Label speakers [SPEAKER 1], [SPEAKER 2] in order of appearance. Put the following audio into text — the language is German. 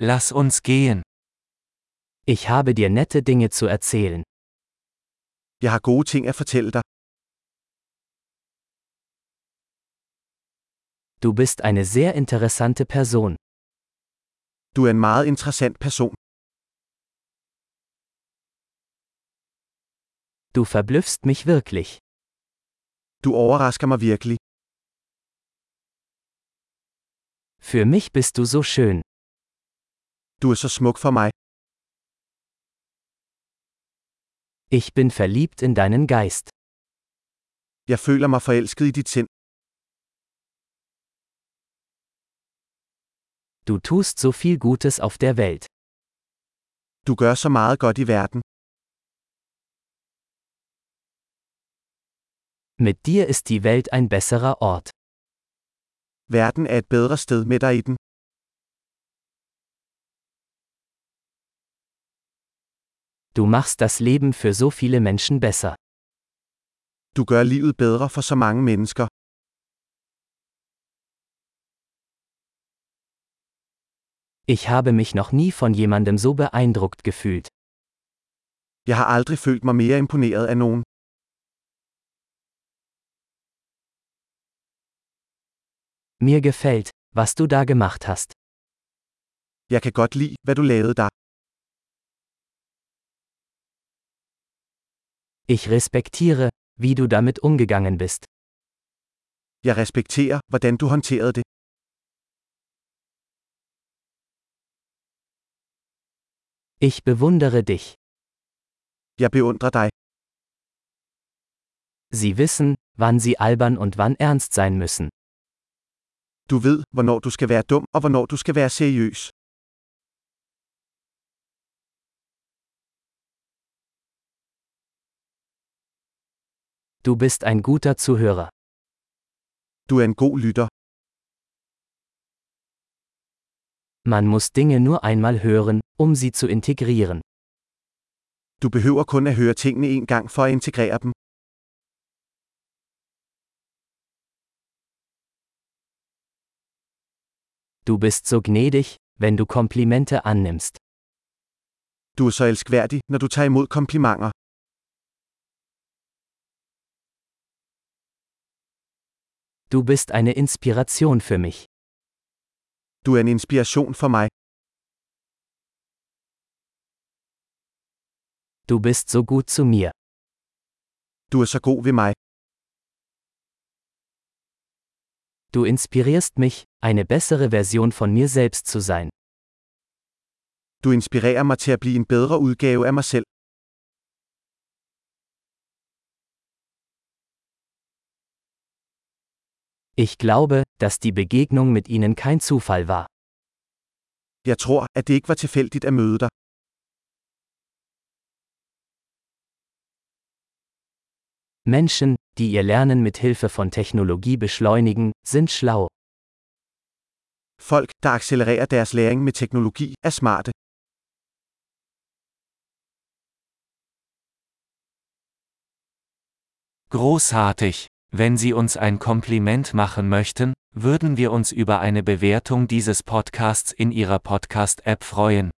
[SPEAKER 1] Lass uns gehen.
[SPEAKER 2] Ich habe dir nette Dinge zu erzählen.
[SPEAKER 3] Jeg har gode ting at fortælle dig.
[SPEAKER 2] Du bist eine sehr interessante Person.
[SPEAKER 3] Du er en meget interessant person.
[SPEAKER 2] Du verblüffst mich wirklich.
[SPEAKER 3] Du overrasker mig virkelig.
[SPEAKER 2] Für mich bist du so schön.
[SPEAKER 3] Du er så smuk for mig.
[SPEAKER 2] Ich bin verliebt in deinen Geist.
[SPEAKER 3] Jeg føler mig forelsket i dit sind.
[SPEAKER 2] Du tust so viel Gutes auf der Welt.
[SPEAKER 3] Du gør så meget godt i verden.
[SPEAKER 2] Mit dir ist die Welt ein besserer Ort.
[SPEAKER 3] Verden er et bedre sted med dig i den.
[SPEAKER 2] Du machst das Leben für so viele Menschen besser.
[SPEAKER 3] Du gør livet bedre for så mange mennesker.
[SPEAKER 2] Ich habe mich noch nie von jemandem so beeindruckt gefühlt.
[SPEAKER 3] Jeg har aldrig følt mig mere imponeret af nogen.
[SPEAKER 2] Mir gefällt, was du da gemacht hast.
[SPEAKER 3] Jeg kan godt lide, hvad du lavede der.
[SPEAKER 2] Ich respektiere, wie du damit umgegangen bist.
[SPEAKER 3] Jeg respekterer, hvordan du håndterede det.
[SPEAKER 2] Ich bewundere dich.
[SPEAKER 3] Jeg beundrer dig.
[SPEAKER 2] Sie wissen, wann sie albern und wann ernst sein müssen.
[SPEAKER 3] Du ved, hvornår du skal være dum og hvornår du skal være seriøs.
[SPEAKER 2] Du bist ein guter Zuhörer.
[SPEAKER 3] Du er en god lytter.
[SPEAKER 2] Man muss Dinge nur einmal hören, um sie zu integrieren.
[SPEAKER 3] Du behøver kun at høre tingene en gang for at integrere dem.
[SPEAKER 2] Du bist so gnädig, wenn du Komplimente annimmst.
[SPEAKER 3] Du er så elskværdig, når du tager imod komplimenter.
[SPEAKER 2] Du bist eine Inspiration für mich.
[SPEAKER 3] Du er en inspiration for mig.
[SPEAKER 2] Du bist so gut zu mir.
[SPEAKER 3] Du er så god ved mig.
[SPEAKER 2] Du inspirierst mich, eine bessere Version von mir selbst zu sein.
[SPEAKER 3] Du inspirerer mig til at blive en bedre udgave af mig selv.
[SPEAKER 2] Ich glaube, dass die Begegnung mit ihnen kein Zufall war.
[SPEAKER 3] Jeg tror, at det ikke var tilfældigt at møde dig.
[SPEAKER 2] Menschen, die ihr Lernen mit Hilfe von Technologie beschleunigen, sind schlau.
[SPEAKER 3] Folk, der accelererer deres læring med teknologi, er smarte.
[SPEAKER 1] Großartig. Wenn Sie uns ein Kompliment machen möchten, würden wir uns über eine Bewertung dieses Podcasts in Ihrer Podcast-App freuen.